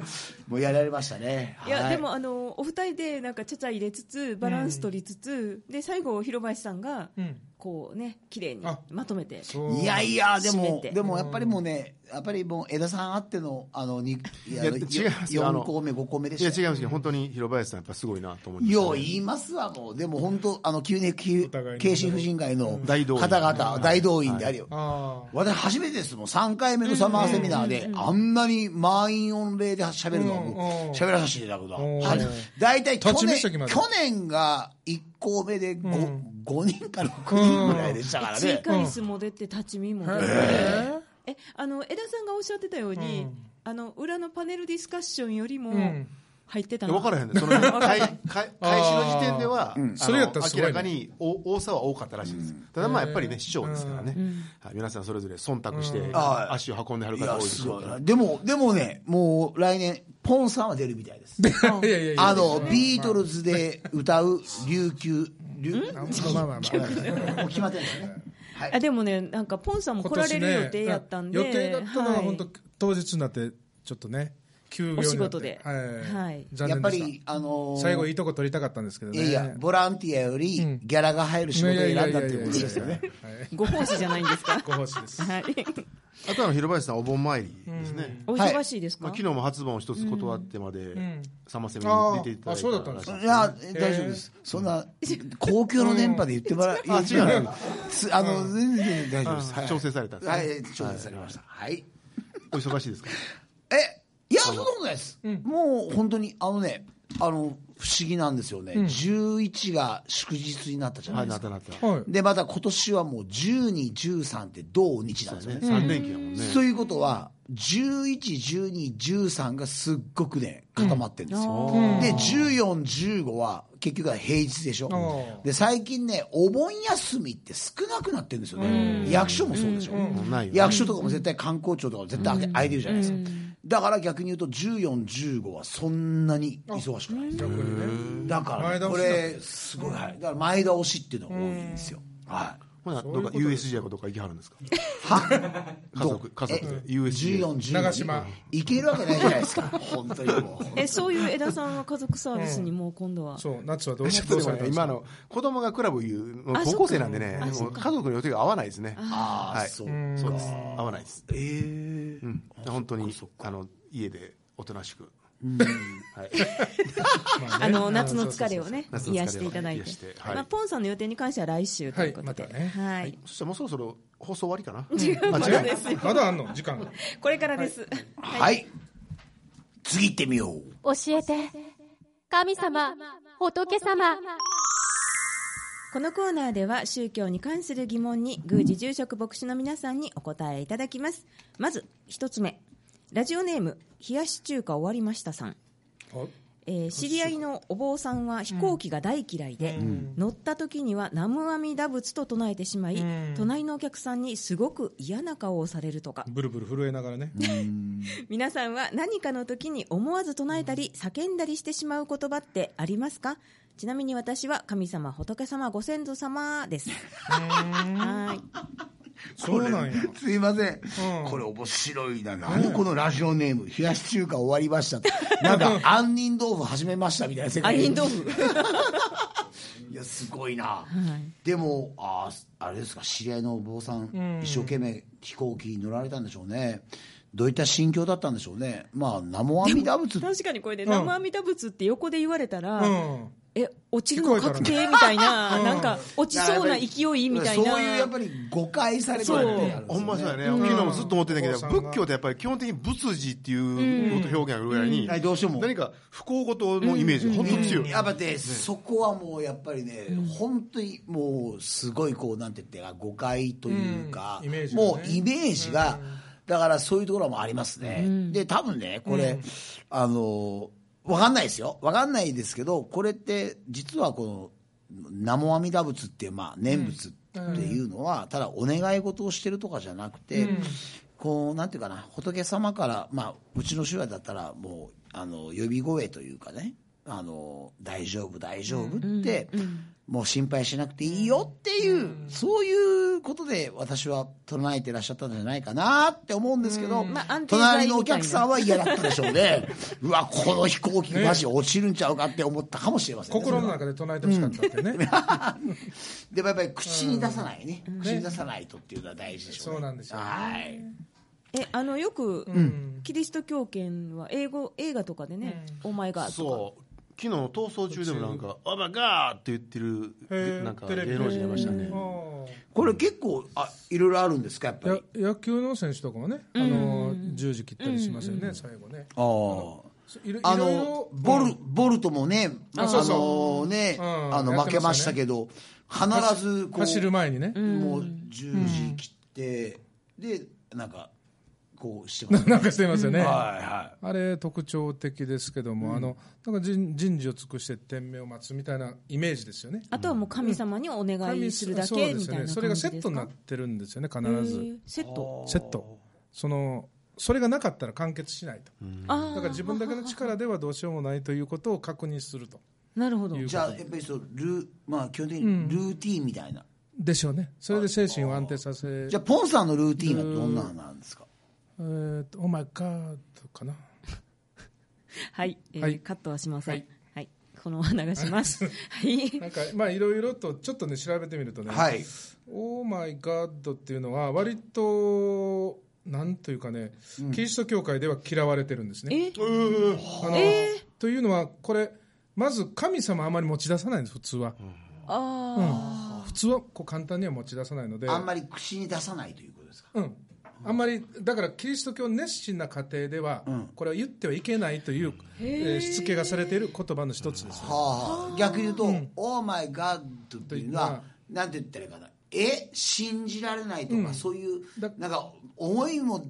[SPEAKER 1] う、もうやられましたね。
[SPEAKER 4] いや、
[SPEAKER 1] は
[SPEAKER 4] でもあのお二人でなんかちゃちゃ入れつつバランス取りつつ、で最後広林さんが、こうね綺麗に
[SPEAKER 3] あ
[SPEAKER 4] まとめて
[SPEAKER 3] そう
[SPEAKER 1] いやいや、で
[SPEAKER 4] 締
[SPEAKER 1] も
[SPEAKER 4] め、て
[SPEAKER 1] でもやっぱりもうね、やっぱりもう、江田さんあっての、あの、にいや
[SPEAKER 2] いや
[SPEAKER 1] あの
[SPEAKER 2] 違いますよあの
[SPEAKER 1] 4個目、5個目で
[SPEAKER 2] いや、違うんで
[SPEAKER 1] し
[SPEAKER 2] す
[SPEAKER 1] た。
[SPEAKER 2] けど、本当に広林さんやっぱすごいなと思いましたね
[SPEAKER 1] よう言いますわ、もう。でも本当、あの、急に、急
[SPEAKER 3] 互いに
[SPEAKER 1] 慶心婦人会の
[SPEAKER 2] 大動員
[SPEAKER 1] 方々、大動員であるよ。
[SPEAKER 3] あ
[SPEAKER 1] 私初めてですもん3回目のサマーセミナーであんなに満員御礼で喋るのは
[SPEAKER 3] うん
[SPEAKER 1] も
[SPEAKER 3] うん
[SPEAKER 1] う喋らさせていただくの
[SPEAKER 3] うん
[SPEAKER 1] ははい大体去
[SPEAKER 3] 立ち見
[SPEAKER 1] 年
[SPEAKER 3] 席まで
[SPEAKER 1] 去年が1校目で 5,、
[SPEAKER 3] うん
[SPEAKER 1] 五人か6人ぐらいでしたから
[SPEAKER 4] 追
[SPEAKER 1] ね、
[SPEAKER 4] 加椅子も出て立ち見も出て、
[SPEAKER 3] え
[SPEAKER 4] えあの江田さんがおっしゃってたように、
[SPEAKER 3] うん
[SPEAKER 4] あの裏のパネルディスカッションよりも
[SPEAKER 3] うん
[SPEAKER 4] 入ってた
[SPEAKER 2] 分からへんね その
[SPEAKER 4] わから
[SPEAKER 2] 開
[SPEAKER 4] へん
[SPEAKER 2] 開開始の時点では、あの
[SPEAKER 3] それやったらすご
[SPEAKER 2] 明
[SPEAKER 3] いね
[SPEAKER 2] らかにお多さは多かったらしいです、ただまあやっぱりね市長ですからね、はい、皆さんそれぞれ忖度して
[SPEAKER 1] はい
[SPEAKER 2] 足を運んではる
[SPEAKER 1] い
[SPEAKER 2] 方多
[SPEAKER 1] や
[SPEAKER 2] いですしょ
[SPEAKER 1] ご
[SPEAKER 2] う
[SPEAKER 1] い
[SPEAKER 2] から
[SPEAKER 1] なでもでもねもう来年ポンさんは出るみたいです
[SPEAKER 3] いやいやいや
[SPEAKER 1] あのビートルズで歌う琉球琉
[SPEAKER 3] まあまあまあまあ
[SPEAKER 1] もう決まってるんですねはい
[SPEAKER 4] あでもねなんかポンさんも来られる予定やったんで、
[SPEAKER 3] 予定だったのは
[SPEAKER 4] はい
[SPEAKER 3] 本当、当日になってちょっとね休業になって
[SPEAKER 4] お仕事で
[SPEAKER 3] は
[SPEAKER 4] はいい、
[SPEAKER 3] 残
[SPEAKER 1] やっ
[SPEAKER 3] 念
[SPEAKER 1] ぱ
[SPEAKER 3] でした
[SPEAKER 1] り、あのー
[SPEAKER 3] 最後いいとこ取りたかったんですけど
[SPEAKER 1] い
[SPEAKER 3] ね
[SPEAKER 1] やいやボランティアよりギャラが入る仕事を選んだっていうことですよね
[SPEAKER 3] はいやいやいやいやいや
[SPEAKER 4] ご奉仕じゃないんですか
[SPEAKER 3] ご奉仕です
[SPEAKER 4] はい
[SPEAKER 2] あとはあの広林さんお盆参りですね、
[SPEAKER 4] お忙しいですか、
[SPEAKER 2] まあ、昨日も発番を一つ断ってまで、
[SPEAKER 3] ん
[SPEAKER 2] サマセミに出ていただい
[SPEAKER 3] あーあそうだったんです
[SPEAKER 2] らしい
[SPEAKER 1] いや大丈夫です、そんな公共の電波で言ってもらう、 あ違
[SPEAKER 2] う
[SPEAKER 1] つあの、全然大丈夫です、はい
[SPEAKER 2] 調整されたんですね
[SPEAKER 1] はい調整されましたはい
[SPEAKER 2] お忙しいですか
[SPEAKER 1] えいやそんなことないです、もう本当にあのねあの不思議なんですよね、11が祝日になったじゃな
[SPEAKER 2] はいい
[SPEAKER 1] で
[SPEAKER 2] な
[SPEAKER 1] す
[SPEAKER 2] っ
[SPEAKER 1] か、
[SPEAKER 2] たなった、
[SPEAKER 3] はい
[SPEAKER 1] でまた今年はもう12、13って同日なんですよね。
[SPEAKER 2] 3連休やもんね、
[SPEAKER 1] ということは、11、12、13がすっごくね、固まってるんですよ。で、14、15は結局は平日でしょ
[SPEAKER 3] う。ん
[SPEAKER 1] で、最近ね、お盆休みって少なくなってるんですよね。役所もそうでしょ。
[SPEAKER 2] うんないよね
[SPEAKER 1] 役所とかも絶対観光庁とかも絶対空いてるじゃないですか。だから逆に言うと、14、15はそんなに忙しくない。
[SPEAKER 3] 逆にね
[SPEAKER 1] だから
[SPEAKER 3] 前
[SPEAKER 1] ね、
[SPEAKER 3] 倒
[SPEAKER 1] こ
[SPEAKER 3] しだ
[SPEAKER 1] れ、すごい、はい。だから前倒しっていうのが多いんですよ。はい。
[SPEAKER 2] ほなどっか USJ かどっか行きはるんですか
[SPEAKER 1] は
[SPEAKER 2] 家族家族で USJ
[SPEAKER 1] 14、15
[SPEAKER 3] 長島
[SPEAKER 1] 行けるわけないじゃない ですか本当にもう
[SPEAKER 4] えそういう江田さんは家族サービスにもう今度は、
[SPEAKER 3] そう夏はどう
[SPEAKER 2] ちょっと
[SPEAKER 3] どう
[SPEAKER 2] でも
[SPEAKER 3] され
[SPEAKER 2] ね
[SPEAKER 3] たんです
[SPEAKER 2] 今
[SPEAKER 3] か
[SPEAKER 2] の子供がクラブいうもう
[SPEAKER 4] あ
[SPEAKER 2] 高校生なんでね
[SPEAKER 4] そ
[SPEAKER 2] も
[SPEAKER 4] っかあそうか
[SPEAKER 2] 家族の予定が合わないですね
[SPEAKER 1] ああ、
[SPEAKER 2] はい
[SPEAKER 1] そうう
[SPEAKER 2] うんそうです合わないです、
[SPEAKER 1] えー
[SPEAKER 2] うん、本当にあの家でおとなしく、はい、
[SPEAKER 4] あの夏の疲れをね
[SPEAKER 2] そうそうそう
[SPEAKER 4] 癒していただいて
[SPEAKER 2] 夏の疲れを癒してはい
[SPEAKER 4] まあ、ポンさんの予定に関しては来週ということで、
[SPEAKER 3] はいまたね
[SPEAKER 4] はい
[SPEAKER 2] そしたらもうそろそろ放送終わりかな
[SPEAKER 4] 違うこと
[SPEAKER 2] あ違う
[SPEAKER 4] ですよ
[SPEAKER 3] まだあんの時間
[SPEAKER 4] これからです、
[SPEAKER 1] はい、次行ってみよう
[SPEAKER 5] 教えて神様仏様
[SPEAKER 4] このコーナーでは宗教に関する疑問に宮司住職牧師の皆さんにお答えいただきますまず一つ目ラジオネーム冷やし中華終わりましたさん、
[SPEAKER 3] お
[SPEAKER 4] えー知り合いのお坊さんは飛行機が大嫌いで、乗った時には南無阿弥陀仏と唱えてしまい、隣のお客さんにすごく嫌な顔をされるとか
[SPEAKER 3] ブルブル震えながらね
[SPEAKER 4] 皆さんは何かの時に思わず唱えたり叫んだりしてしまう言葉ってありますかちなみに私は神様仏様ご先祖様ですは
[SPEAKER 3] そうなんや
[SPEAKER 1] これす いません、
[SPEAKER 3] うん
[SPEAKER 1] これ面白いな何このラジオネーム冷やし中華終わりま したってなんか杏仁豆腐始めましたみたいない世界
[SPEAKER 4] 杏仁豆腐
[SPEAKER 1] いやすごいな、でもあーあれですか知り合いのお坊さん、一生懸命飛行機に乗られたんでしょうねどういった心境だったんでしょうねまあ南無阿弥陀仏って
[SPEAKER 4] 確かにこれで生阿弥陀仏って横で言われたら、
[SPEAKER 3] うん
[SPEAKER 4] え落ちるの確定みたいな、なんか落ちそうな勢いみたいな
[SPEAKER 1] そういうやっぱり誤解されてるってあるんですよね
[SPEAKER 2] ほんまそうやね、昨日もずっと思ってんだけど、
[SPEAKER 3] うん
[SPEAKER 2] 仏教ってやっぱり基本的に仏事っていう音表現があるぐらいに、
[SPEAKER 1] んはいどうしても
[SPEAKER 2] 何か不幸事のイメージが本当強い、
[SPEAKER 1] やっぱで、そこはもうやっぱりね、本当にもうすごいこうなんて言ってか誤解というか、
[SPEAKER 3] うんイメージがね
[SPEAKER 1] もうイメージが、だからそういうところもありますね、で多分ねこれ、あのわかんないですよわかんないですけどこれって実はこの南無阿弥陀仏っていう、まあ、念仏っていうのは、ただお願い事をしてるとかじゃなくて、こうなんていうかな仏様から、まあ、うちの宗派だったらもうあの呼び声というかねあの大丈夫大丈夫って、もう心配しなくていいよっていう、そういうことで私は唱えてらっしゃったんじゃないかなって思うんですけど、
[SPEAKER 4] まあ安定剤みたいな
[SPEAKER 1] 隣のお客さんは嫌だったでしょう ねうわこの飛行機マジ落ちるんちゃうかって思ったかもしれませんね、
[SPEAKER 3] 心の中で唱えてほしかったってね
[SPEAKER 1] でもやっぱり口に出さないね、口に出さないとっていうのは大事でしょうね
[SPEAKER 3] そうなんですよね
[SPEAKER 1] はい
[SPEAKER 4] えあのよく、キリスト教圏は英語映画とかでね「お前が」と
[SPEAKER 2] そう昨日の逃走中でもなんか「オーバーガー!」って言ってる
[SPEAKER 3] へー
[SPEAKER 2] なんか
[SPEAKER 3] テレビ
[SPEAKER 2] 芸能人いましたね
[SPEAKER 3] うん
[SPEAKER 1] これ結構あいろいろあるんですかやっぱり
[SPEAKER 3] や野球の選手とかもね、あの十字切ったりしますよね、最後ね。
[SPEAKER 1] ああ
[SPEAKER 3] いろいろ
[SPEAKER 1] あのボル、ボルトもね、あ
[SPEAKER 3] あそうそ
[SPEAKER 1] のね、
[SPEAKER 3] うん
[SPEAKER 1] あの
[SPEAKER 3] やっ
[SPEAKER 1] 負
[SPEAKER 3] てましたね
[SPEAKER 1] けましたけど、必ずこう
[SPEAKER 3] 走る前にね、
[SPEAKER 1] もう10時切って、でなんかこうして ます、
[SPEAKER 3] なんかしてますよね、
[SPEAKER 1] はいは
[SPEAKER 3] あれ特徴的ですけども、あのなんか人人事を尽くして天命を待つみたいなイメージですよね
[SPEAKER 4] あとはもう神様にお願いするだ
[SPEAKER 3] そう
[SPEAKER 4] け
[SPEAKER 3] で
[SPEAKER 4] み
[SPEAKER 3] す
[SPEAKER 4] たい
[SPEAKER 3] ね
[SPEAKER 4] な感じです
[SPEAKER 3] そ
[SPEAKER 4] か
[SPEAKER 3] れがセットになってるんですよね必
[SPEAKER 4] へ
[SPEAKER 3] ず
[SPEAKER 4] ーセット
[SPEAKER 3] セットそのそれがなかったら完結しないと
[SPEAKER 4] あ
[SPEAKER 3] だ
[SPEAKER 4] ー
[SPEAKER 3] から自分だけの力ではどうしようもないということを確認すると
[SPEAKER 4] なるほど
[SPEAKER 3] い
[SPEAKER 1] い。
[SPEAKER 3] う
[SPEAKER 1] じゃあやっぱりそうルーまあ基本的にルーティーンみたいな。
[SPEAKER 3] でしょうねそれで精神を安定させ
[SPEAKER 1] じゃあポンさんのルーティーンはどんなのなんですか。
[SPEAKER 3] えーとお前かかな
[SPEAKER 4] はい、えー
[SPEAKER 3] はい
[SPEAKER 4] カットはしません。は
[SPEAKER 3] はいい、
[SPEAKER 4] このまま流しま す。はい
[SPEAKER 3] な。んかまあいろいろとちょっとね調べてみるとね、
[SPEAKER 1] はい。
[SPEAKER 3] オーマイガッドっていうのは、割と、なんというかね、キリスト教会では嫌われてるんですね。
[SPEAKER 4] え、
[SPEAKER 3] あのというのは、これ、まず神様あまり持ち出さないんです、普通は。
[SPEAKER 4] あ
[SPEAKER 3] 普通はこう簡単には持ち出さないので、
[SPEAKER 1] あんまり口に出さないということですか。
[SPEAKER 3] うん、あんまり、だからキリスト教熱心な家庭では、これは言ってはいけないという、えーしつけがされている言葉の一つですね。
[SPEAKER 1] はあ。逆に言うと、オーマイガッドっていうのは、なんて言ったらいいかな。え信じられないとか、そういう
[SPEAKER 3] だ
[SPEAKER 1] なんか思いも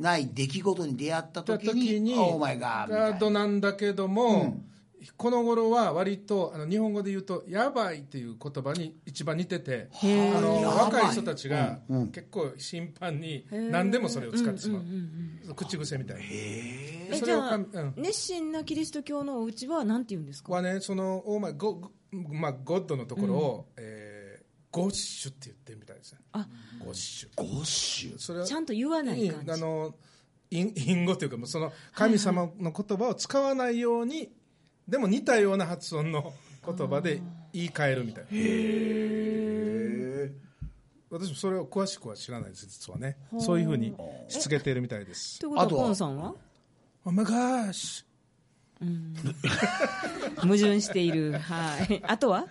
[SPEAKER 1] ない出来事に出会った時に、オーマイガ
[SPEAKER 3] ガ
[SPEAKER 1] ッ
[SPEAKER 3] ー
[SPEAKER 1] ド
[SPEAKER 3] ドなんだけども、この頃は割とあの日本語で言うと「やばい」っていう言葉に一番似ててあの
[SPEAKER 1] やばい
[SPEAKER 3] 若い人たちが結構頻繁に何でもそれを使ってしまう,、口癖みたい
[SPEAKER 4] ー
[SPEAKER 3] な
[SPEAKER 4] え
[SPEAKER 3] そ
[SPEAKER 4] じ
[SPEAKER 3] れを
[SPEAKER 4] ゃあ、
[SPEAKER 3] かみうん
[SPEAKER 4] 熱心なキリスト教のお家はなんて言うんですか。
[SPEAKER 3] はねその「オーマイゴ,、まあ、ゴッド」のところを、えーゴッシュって言ってるみたいですね
[SPEAKER 4] あ
[SPEAKER 3] ゴッシュ
[SPEAKER 1] ゴッシュ
[SPEAKER 3] それは
[SPEAKER 4] ちゃんと言わない
[SPEAKER 3] うんあ
[SPEAKER 4] 感じ。
[SPEAKER 3] の隠隠語というかもうその神様の言葉を使わないように、でも似たような発音の言葉で言い換えるみたいな私もそれを詳しくは知らないです実はねそういうふうにしつけているみたいです
[SPEAKER 4] ということは
[SPEAKER 1] あとは
[SPEAKER 4] ポンさんは
[SPEAKER 3] 「おまがし
[SPEAKER 4] 矛盾している。はい。あとは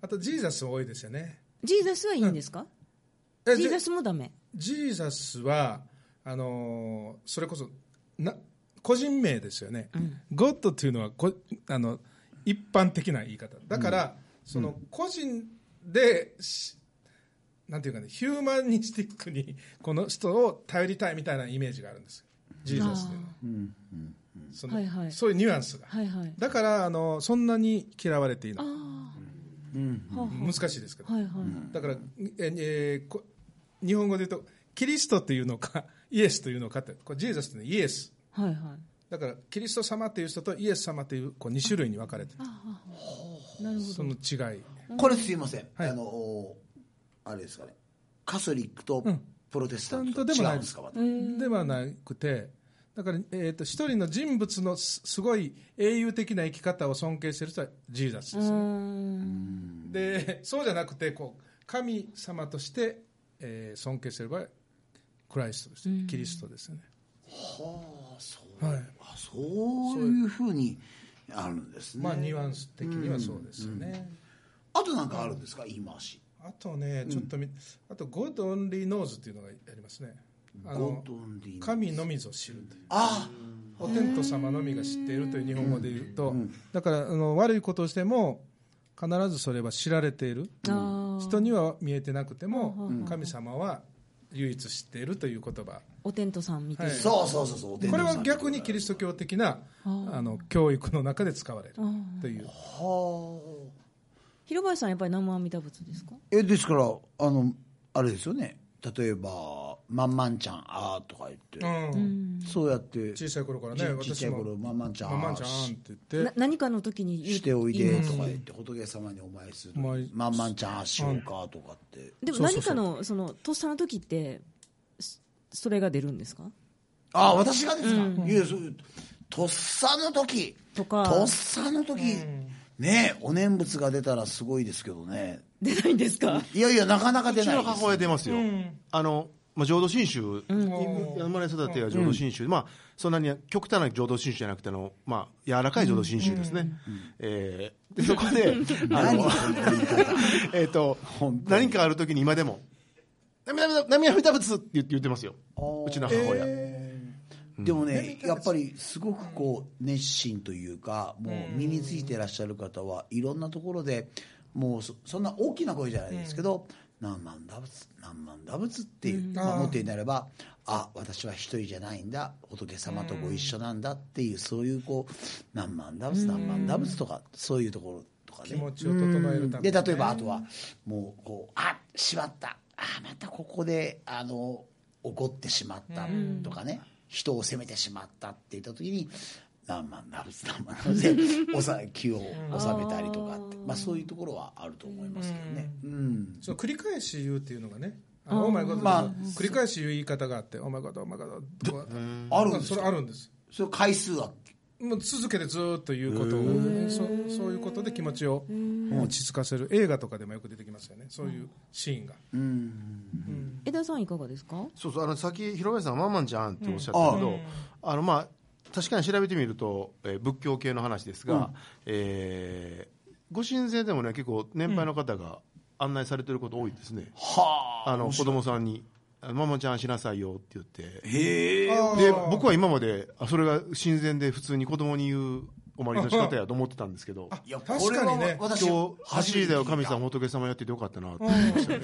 [SPEAKER 3] あとジーザス多いですよね
[SPEAKER 4] ジーザスはいいんですか。
[SPEAKER 3] え
[SPEAKER 4] ジーザ
[SPEAKER 3] ジ
[SPEAKER 4] スもダメ。
[SPEAKER 3] ジーザスはあのーそれこそな個人名ですよね、ゴッドというのはこあの一般的な言い方だから、その個人でしなんていうかねヒューマニスティックにこの人を頼りたいみたいなイメージがあるんですよジーザスというのはその
[SPEAKER 4] はいはい
[SPEAKER 3] そういうニュアンスが、
[SPEAKER 4] はいはい。
[SPEAKER 3] だからあのそんなに嫌われていない難しいですけど、
[SPEAKER 4] はいはい。
[SPEAKER 3] だから、ええーこ日本語で言うと、キリストというのか、 イエスというのかって、これ、ジーザスというのはイエス。
[SPEAKER 4] はいはい。
[SPEAKER 3] だから、キリスト様という人とイエス様という、こう、2種類に分かれてる。その違い。
[SPEAKER 1] これすいません、
[SPEAKER 3] はい
[SPEAKER 1] あのおあれですかねカソリックと
[SPEAKER 3] うん
[SPEAKER 1] プロテスタン
[SPEAKER 3] スタ
[SPEAKER 1] ト
[SPEAKER 3] ン
[SPEAKER 1] と
[SPEAKER 3] トで
[SPEAKER 1] 違
[SPEAKER 3] も
[SPEAKER 1] う
[SPEAKER 3] ない
[SPEAKER 1] んですか、また
[SPEAKER 3] ではなくて、だから、えっ、と、一人の人物のすすごい英雄的な生き方を尊敬してる人はジーザスです
[SPEAKER 4] う
[SPEAKER 3] ね、
[SPEAKER 4] ーん。
[SPEAKER 3] で、そうじゃなくて、こう、神様として、えー尊敬してる場合、クライストですね。キリストですよね。
[SPEAKER 1] はあそう、
[SPEAKER 3] はい
[SPEAKER 1] あそういうふうにあるんですね、
[SPEAKER 3] まあ、ニュアンス的にはそうですよね。
[SPEAKER 1] あとなんかあるんですか言い回し
[SPEAKER 3] あとね、ちょっとみ、あと、ゴッド・オンリー・ノーズっていうのがありますね。あ
[SPEAKER 1] ゴ
[SPEAKER 3] の
[SPEAKER 1] ッドンリー
[SPEAKER 3] 神のみぞ知るという。
[SPEAKER 1] あ
[SPEAKER 3] お天道様のみが知っているという日本語で言うと、だからあの悪いことをしても、必ずそれは知られている、
[SPEAKER 4] あー
[SPEAKER 3] 人には見えてなくても、神様は唯一知っているという言葉、
[SPEAKER 4] おテントさんみたいな。
[SPEAKER 3] はい
[SPEAKER 1] そうそうそうそう
[SPEAKER 3] これは逆にキ
[SPEAKER 1] 切り
[SPEAKER 3] リスト教的なあの教育の中で使われるという、
[SPEAKER 1] はあ
[SPEAKER 4] 広林さんやっぱり南無阿弥陀仏ですか。
[SPEAKER 1] えですからあのあれですよね例えば「まんまんちゃんあー」とか言って、
[SPEAKER 3] うん、
[SPEAKER 1] そうやって
[SPEAKER 3] 小さい頃から
[SPEAKER 1] ち
[SPEAKER 3] ね、
[SPEAKER 1] ちっち
[SPEAKER 3] 私
[SPEAKER 1] ゃい
[SPEAKER 3] も、
[SPEAKER 1] 頃まんまんちゃんあー
[SPEAKER 3] ママちゃんって言って
[SPEAKER 4] な。何かの時に言う
[SPEAKER 1] しておいで
[SPEAKER 4] 言います
[SPEAKER 1] とか言って仏様にお参りする
[SPEAKER 3] お参り
[SPEAKER 1] まんまんちゃんああしようかとかって
[SPEAKER 4] でも
[SPEAKER 3] そうそ
[SPEAKER 4] 何
[SPEAKER 3] うそ
[SPEAKER 4] か
[SPEAKER 3] う
[SPEAKER 4] のそのとっさの時ってそそれが出るんですか
[SPEAKER 1] ああ私がですか、いやそうとっさの時
[SPEAKER 4] とか
[SPEAKER 1] とっさの時、ねえお念仏が出たらすごいですけどね
[SPEAKER 4] 出ないんですか
[SPEAKER 1] いやいやなかなか出
[SPEAKER 2] うち
[SPEAKER 1] ない
[SPEAKER 2] の
[SPEAKER 1] で
[SPEAKER 2] 母親
[SPEAKER 1] す
[SPEAKER 2] 出ますよ、あのまあ、浄土真宗、生まれ育ては浄土真宗、まあ、そんなに極端な浄土真宗じゃなくてあの、まあ、柔らかい浄土真宗ですね、えーでそこで あ
[SPEAKER 1] 何
[SPEAKER 2] の
[SPEAKER 1] その言い方
[SPEAKER 2] えーと何かあるときに今でも「涙涙涙涙仏」って言って言ってますようちの母親、
[SPEAKER 1] でもね、やっぱりすごくこう熱心というか、もう身についていらっしゃる方はいろんなところで、もうそそんな大きな声じゃないですけど、何万打仏、何万打仏っていう、まあ、
[SPEAKER 3] あー
[SPEAKER 1] 持ってになれば、あ私は一人じゃないんだ、仏様とご一緒なんだっていう、そういうこう、何万打仏、何万打仏とか、そういうところとかね。
[SPEAKER 3] 気持ちを整えるため
[SPEAKER 1] で
[SPEAKER 3] に
[SPEAKER 1] 例えばあとはもうこうあしまったあまたここであの怒ってしまったとかね、人を責めてしまったって言った時に何万何仏何万何仏で抑え気を収めたりとかって、まあ、そういうところはあると思いますけどね。うん
[SPEAKER 3] その繰り返し言うっていうのがねあのお前こと、
[SPEAKER 1] まあ
[SPEAKER 3] 繰り返し言う言い方があってお前ことお前こととか
[SPEAKER 1] あるんです
[SPEAKER 3] そ
[SPEAKER 1] か
[SPEAKER 3] れあるんです
[SPEAKER 1] それ回数は
[SPEAKER 3] もう続けてずーっと言うことをそそういうことで気持ちを落ち着かせる映画とかでもよく出てきますよねそういうシーンが、
[SPEAKER 4] 江田さんいかがですか
[SPEAKER 2] そうそうあの先広林さんは「マンマンじゃん」っておっしゃったけど、あのまあ確かに調べてみると、えー仏教系の話ですが、えーご神前でもね結構年配の方が案内されてること多いですね、
[SPEAKER 1] はあ
[SPEAKER 2] あの子供さんに「あのママちゃんしなさいよ」って言って
[SPEAKER 1] へえ
[SPEAKER 3] あー
[SPEAKER 2] で僕は今まであそれが神前で普通に子供に言うお参りの仕方やと思ってたんですけど
[SPEAKER 1] いや
[SPEAKER 3] 確か
[SPEAKER 1] これは
[SPEAKER 3] にね
[SPEAKER 2] 今
[SPEAKER 1] 私
[SPEAKER 2] 日「走りだよ神
[SPEAKER 1] へ
[SPEAKER 2] 様仏様やっててよかったな」って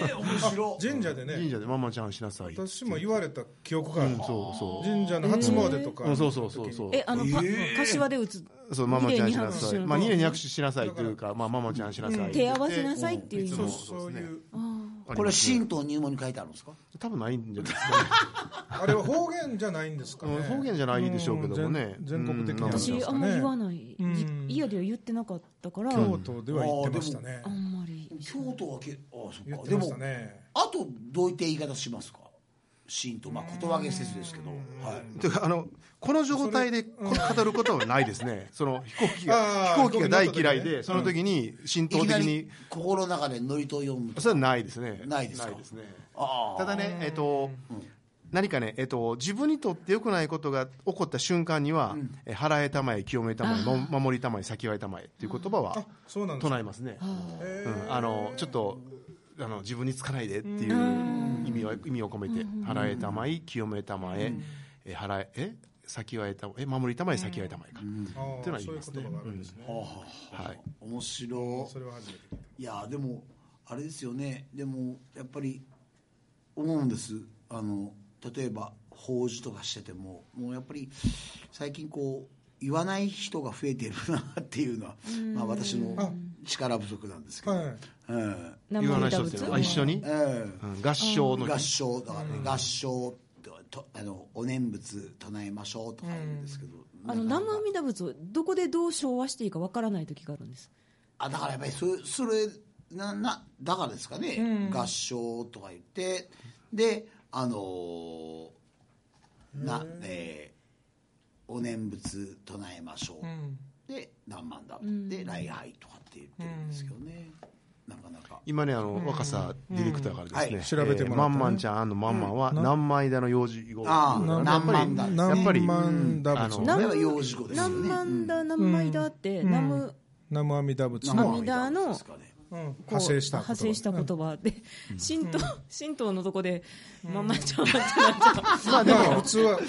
[SPEAKER 1] え面白い
[SPEAKER 3] 神社で
[SPEAKER 2] 神
[SPEAKER 3] ね
[SPEAKER 2] 社で「ママちゃんしなさい」って
[SPEAKER 3] 私も言われた記憶がある、
[SPEAKER 2] そうそう
[SPEAKER 3] 神社の初詣とか、
[SPEAKER 2] うんそうそうそうそう
[SPEAKER 4] えあの、か柏で打つ
[SPEAKER 2] そう、ママちゃんしな
[SPEAKER 4] 二
[SPEAKER 2] さい。
[SPEAKER 4] 礼二拍手
[SPEAKER 2] まあ、二年二拍手しなさいというか、まあ、ママちゃんしなさい。
[SPEAKER 4] 手合わせなさいっていう
[SPEAKER 2] いつ
[SPEAKER 4] 意
[SPEAKER 2] も
[SPEAKER 4] 味
[SPEAKER 3] そういう
[SPEAKER 1] これ
[SPEAKER 2] し
[SPEAKER 1] 神道入門に書いてあるんですか
[SPEAKER 2] 多分ないんじゃないですか
[SPEAKER 3] あれは方言じゃないんですかね
[SPEAKER 2] ね。方言じゃないでしょうけどもね。
[SPEAKER 3] うん全全国的には
[SPEAKER 2] うん
[SPEAKER 3] そう
[SPEAKER 4] 私
[SPEAKER 3] です
[SPEAKER 4] あ
[SPEAKER 3] か
[SPEAKER 4] ん
[SPEAKER 3] ね
[SPEAKER 4] まり言わない、じ
[SPEAKER 3] うん
[SPEAKER 4] 家では言ってなかったから、
[SPEAKER 3] 京都では言ってましたね
[SPEAKER 4] あんまり
[SPEAKER 1] 京都はけあそ
[SPEAKER 3] 言
[SPEAKER 1] っ
[SPEAKER 3] っ
[SPEAKER 1] か
[SPEAKER 3] て
[SPEAKER 1] で
[SPEAKER 3] まし
[SPEAKER 1] も
[SPEAKER 3] たね
[SPEAKER 1] あとどういった言い方しますか神とまあ言葉げ説ですけど、はい、
[SPEAKER 2] ていうかあのこの状態でこ語ることはないですね、その飛行機
[SPEAKER 3] あ
[SPEAKER 2] が飛
[SPEAKER 3] ー
[SPEAKER 2] 行機が大嫌い
[SPEAKER 3] 飛行機
[SPEAKER 2] で、
[SPEAKER 3] ね
[SPEAKER 2] その時に浸
[SPEAKER 1] い
[SPEAKER 2] 透
[SPEAKER 1] き
[SPEAKER 2] 的
[SPEAKER 1] な
[SPEAKER 2] に
[SPEAKER 1] り、心の中で祝詞を読むと
[SPEAKER 2] それはないですね、
[SPEAKER 1] ないですか
[SPEAKER 2] ね
[SPEAKER 1] ああ
[SPEAKER 2] ただね、えっと何かね、えっと、自分にとって良くないことが起こった瞬間には、え払えたまえ、清めたまえ、も守りたまえ、先はえたまえという言葉は
[SPEAKER 3] あそうなんです
[SPEAKER 2] 唱
[SPEAKER 3] か
[SPEAKER 2] えますね。
[SPEAKER 3] へ
[SPEAKER 2] う
[SPEAKER 3] ー
[SPEAKER 2] ん、あのちょっとあの自分につかないでっていう意味を意味を込めて「払えたまえ清めたまえ」え払ええ先はえたまえ守りたまえ先はえたまえ」か、
[SPEAKER 3] あー
[SPEAKER 2] ってのは言い
[SPEAKER 3] そ
[SPEAKER 2] う
[SPEAKER 3] い
[SPEAKER 2] ま
[SPEAKER 3] う
[SPEAKER 2] すね
[SPEAKER 3] 言葉があるんですね、
[SPEAKER 2] はい、
[SPEAKER 1] 面白
[SPEAKER 3] それは初めて聞いた
[SPEAKER 1] いいやでもあれですよねでもやっぱり思うんですあの例えば法事とかしててももうやっぱり最近こう言わない人が増えてるなっていうのは、まあ、私の力不足なんですけど、
[SPEAKER 3] はい
[SPEAKER 1] うん
[SPEAKER 2] 言わない人っていうのは一緒に、
[SPEAKER 1] ええ
[SPEAKER 2] うん合唱の
[SPEAKER 1] 合唱だからね、合唱ととあのお念仏唱えましょうとか言うんですけど、
[SPEAKER 4] あの南無阿弥陀仏をどこでどう唱和していいかわからない時があるんです
[SPEAKER 1] あだからやっぱりそれそれななだからですかね、合唱とか言ってであのーなえーお念仏唱えましょう、で何万だ、で礼拝とかって言ってるんですけどね、なかなか
[SPEAKER 2] 今ねあの若さディレクターから
[SPEAKER 1] はい
[SPEAKER 2] です
[SPEAKER 3] 調
[SPEAKER 2] ね
[SPEAKER 3] べて
[SPEAKER 2] えー
[SPEAKER 3] も
[SPEAKER 2] ま
[SPEAKER 3] らったね
[SPEAKER 2] んまんちゃんのまんまんは何枚だの用事語
[SPEAKER 1] あ
[SPEAKER 2] や
[SPEAKER 1] あ
[SPEAKER 2] っ
[SPEAKER 1] 何
[SPEAKER 2] ぱ
[SPEAKER 1] 万
[SPEAKER 2] り
[SPEAKER 1] だです
[SPEAKER 2] やっぱり
[SPEAKER 3] 何万打
[SPEAKER 2] あの
[SPEAKER 3] 仏ね
[SPEAKER 1] あれは幼児語ですよ
[SPEAKER 4] 南
[SPEAKER 1] ね
[SPEAKER 4] 無阿弥陀南無阿弥陀って南無
[SPEAKER 3] 南無阿弥陀仏
[SPEAKER 1] 南
[SPEAKER 3] の、
[SPEAKER 1] 無阿弥陀仏ですかね
[SPEAKER 3] うん
[SPEAKER 4] こう
[SPEAKER 3] 派生した言葉
[SPEAKER 4] 派生した言葉で神道神道のとこでまんまちゃんってなっちゃ
[SPEAKER 3] まあでも普通は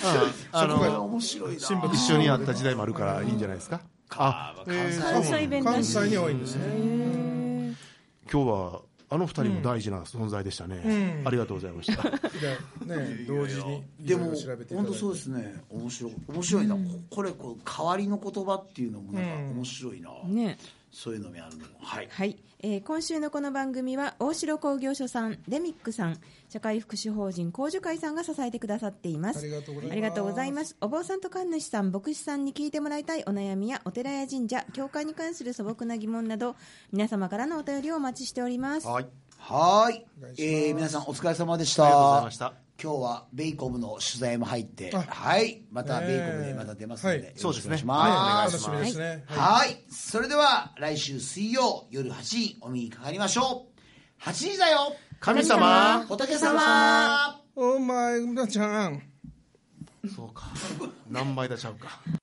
[SPEAKER 2] あ
[SPEAKER 1] これ
[SPEAKER 2] の
[SPEAKER 1] 面白いな
[SPEAKER 2] 一緒にあった時代もあるからいいんじゃないですかあ
[SPEAKER 1] 関西
[SPEAKER 4] う関西弁だ
[SPEAKER 3] 関
[SPEAKER 4] し
[SPEAKER 3] 西に多いんですね
[SPEAKER 2] 今日はあの二人も大事な存在でしたね、ありがとうございました
[SPEAKER 3] じゃあね同時に
[SPEAKER 1] でも
[SPEAKER 3] いろいろ調べていた
[SPEAKER 1] 本
[SPEAKER 3] だ
[SPEAKER 1] 当
[SPEAKER 3] いて
[SPEAKER 1] そうですね面白い面白いな、ここれこう代わりの言葉っていうのもなんか面白いな、
[SPEAKER 4] うね
[SPEAKER 1] そういうのもあるのもはい
[SPEAKER 4] はい、えー今週のこの番組は大城工業所さんレミックさん社会福祉法人工樹会さんが支えてくださっています
[SPEAKER 3] ありがとうございます
[SPEAKER 4] ありがとうございますお坊さんと神主さん牧師さんに聞いてもらいたいお悩みやお寺や神社教会に関する素朴な疑問など皆様からのお便りをお待ちしております
[SPEAKER 2] はい
[SPEAKER 1] はーい
[SPEAKER 3] お願いします
[SPEAKER 1] えー皆さんお疲れ様でした
[SPEAKER 2] ありがとうございました
[SPEAKER 1] 今日はベイコムの取材も入ってはいまた
[SPEAKER 3] ね
[SPEAKER 1] ベイコムでまた出ますので、
[SPEAKER 3] はい
[SPEAKER 1] よろしくお願いし
[SPEAKER 2] そうですね
[SPEAKER 1] ま
[SPEAKER 2] は
[SPEAKER 1] す
[SPEAKER 2] い
[SPEAKER 3] 楽しみですね、
[SPEAKER 1] はいそれでは来週水曜夜8時にお目にかかりましょう8時だよ
[SPEAKER 2] 神様
[SPEAKER 1] 仏様
[SPEAKER 3] お前ちゃん
[SPEAKER 2] そうか何倍出ちゃうか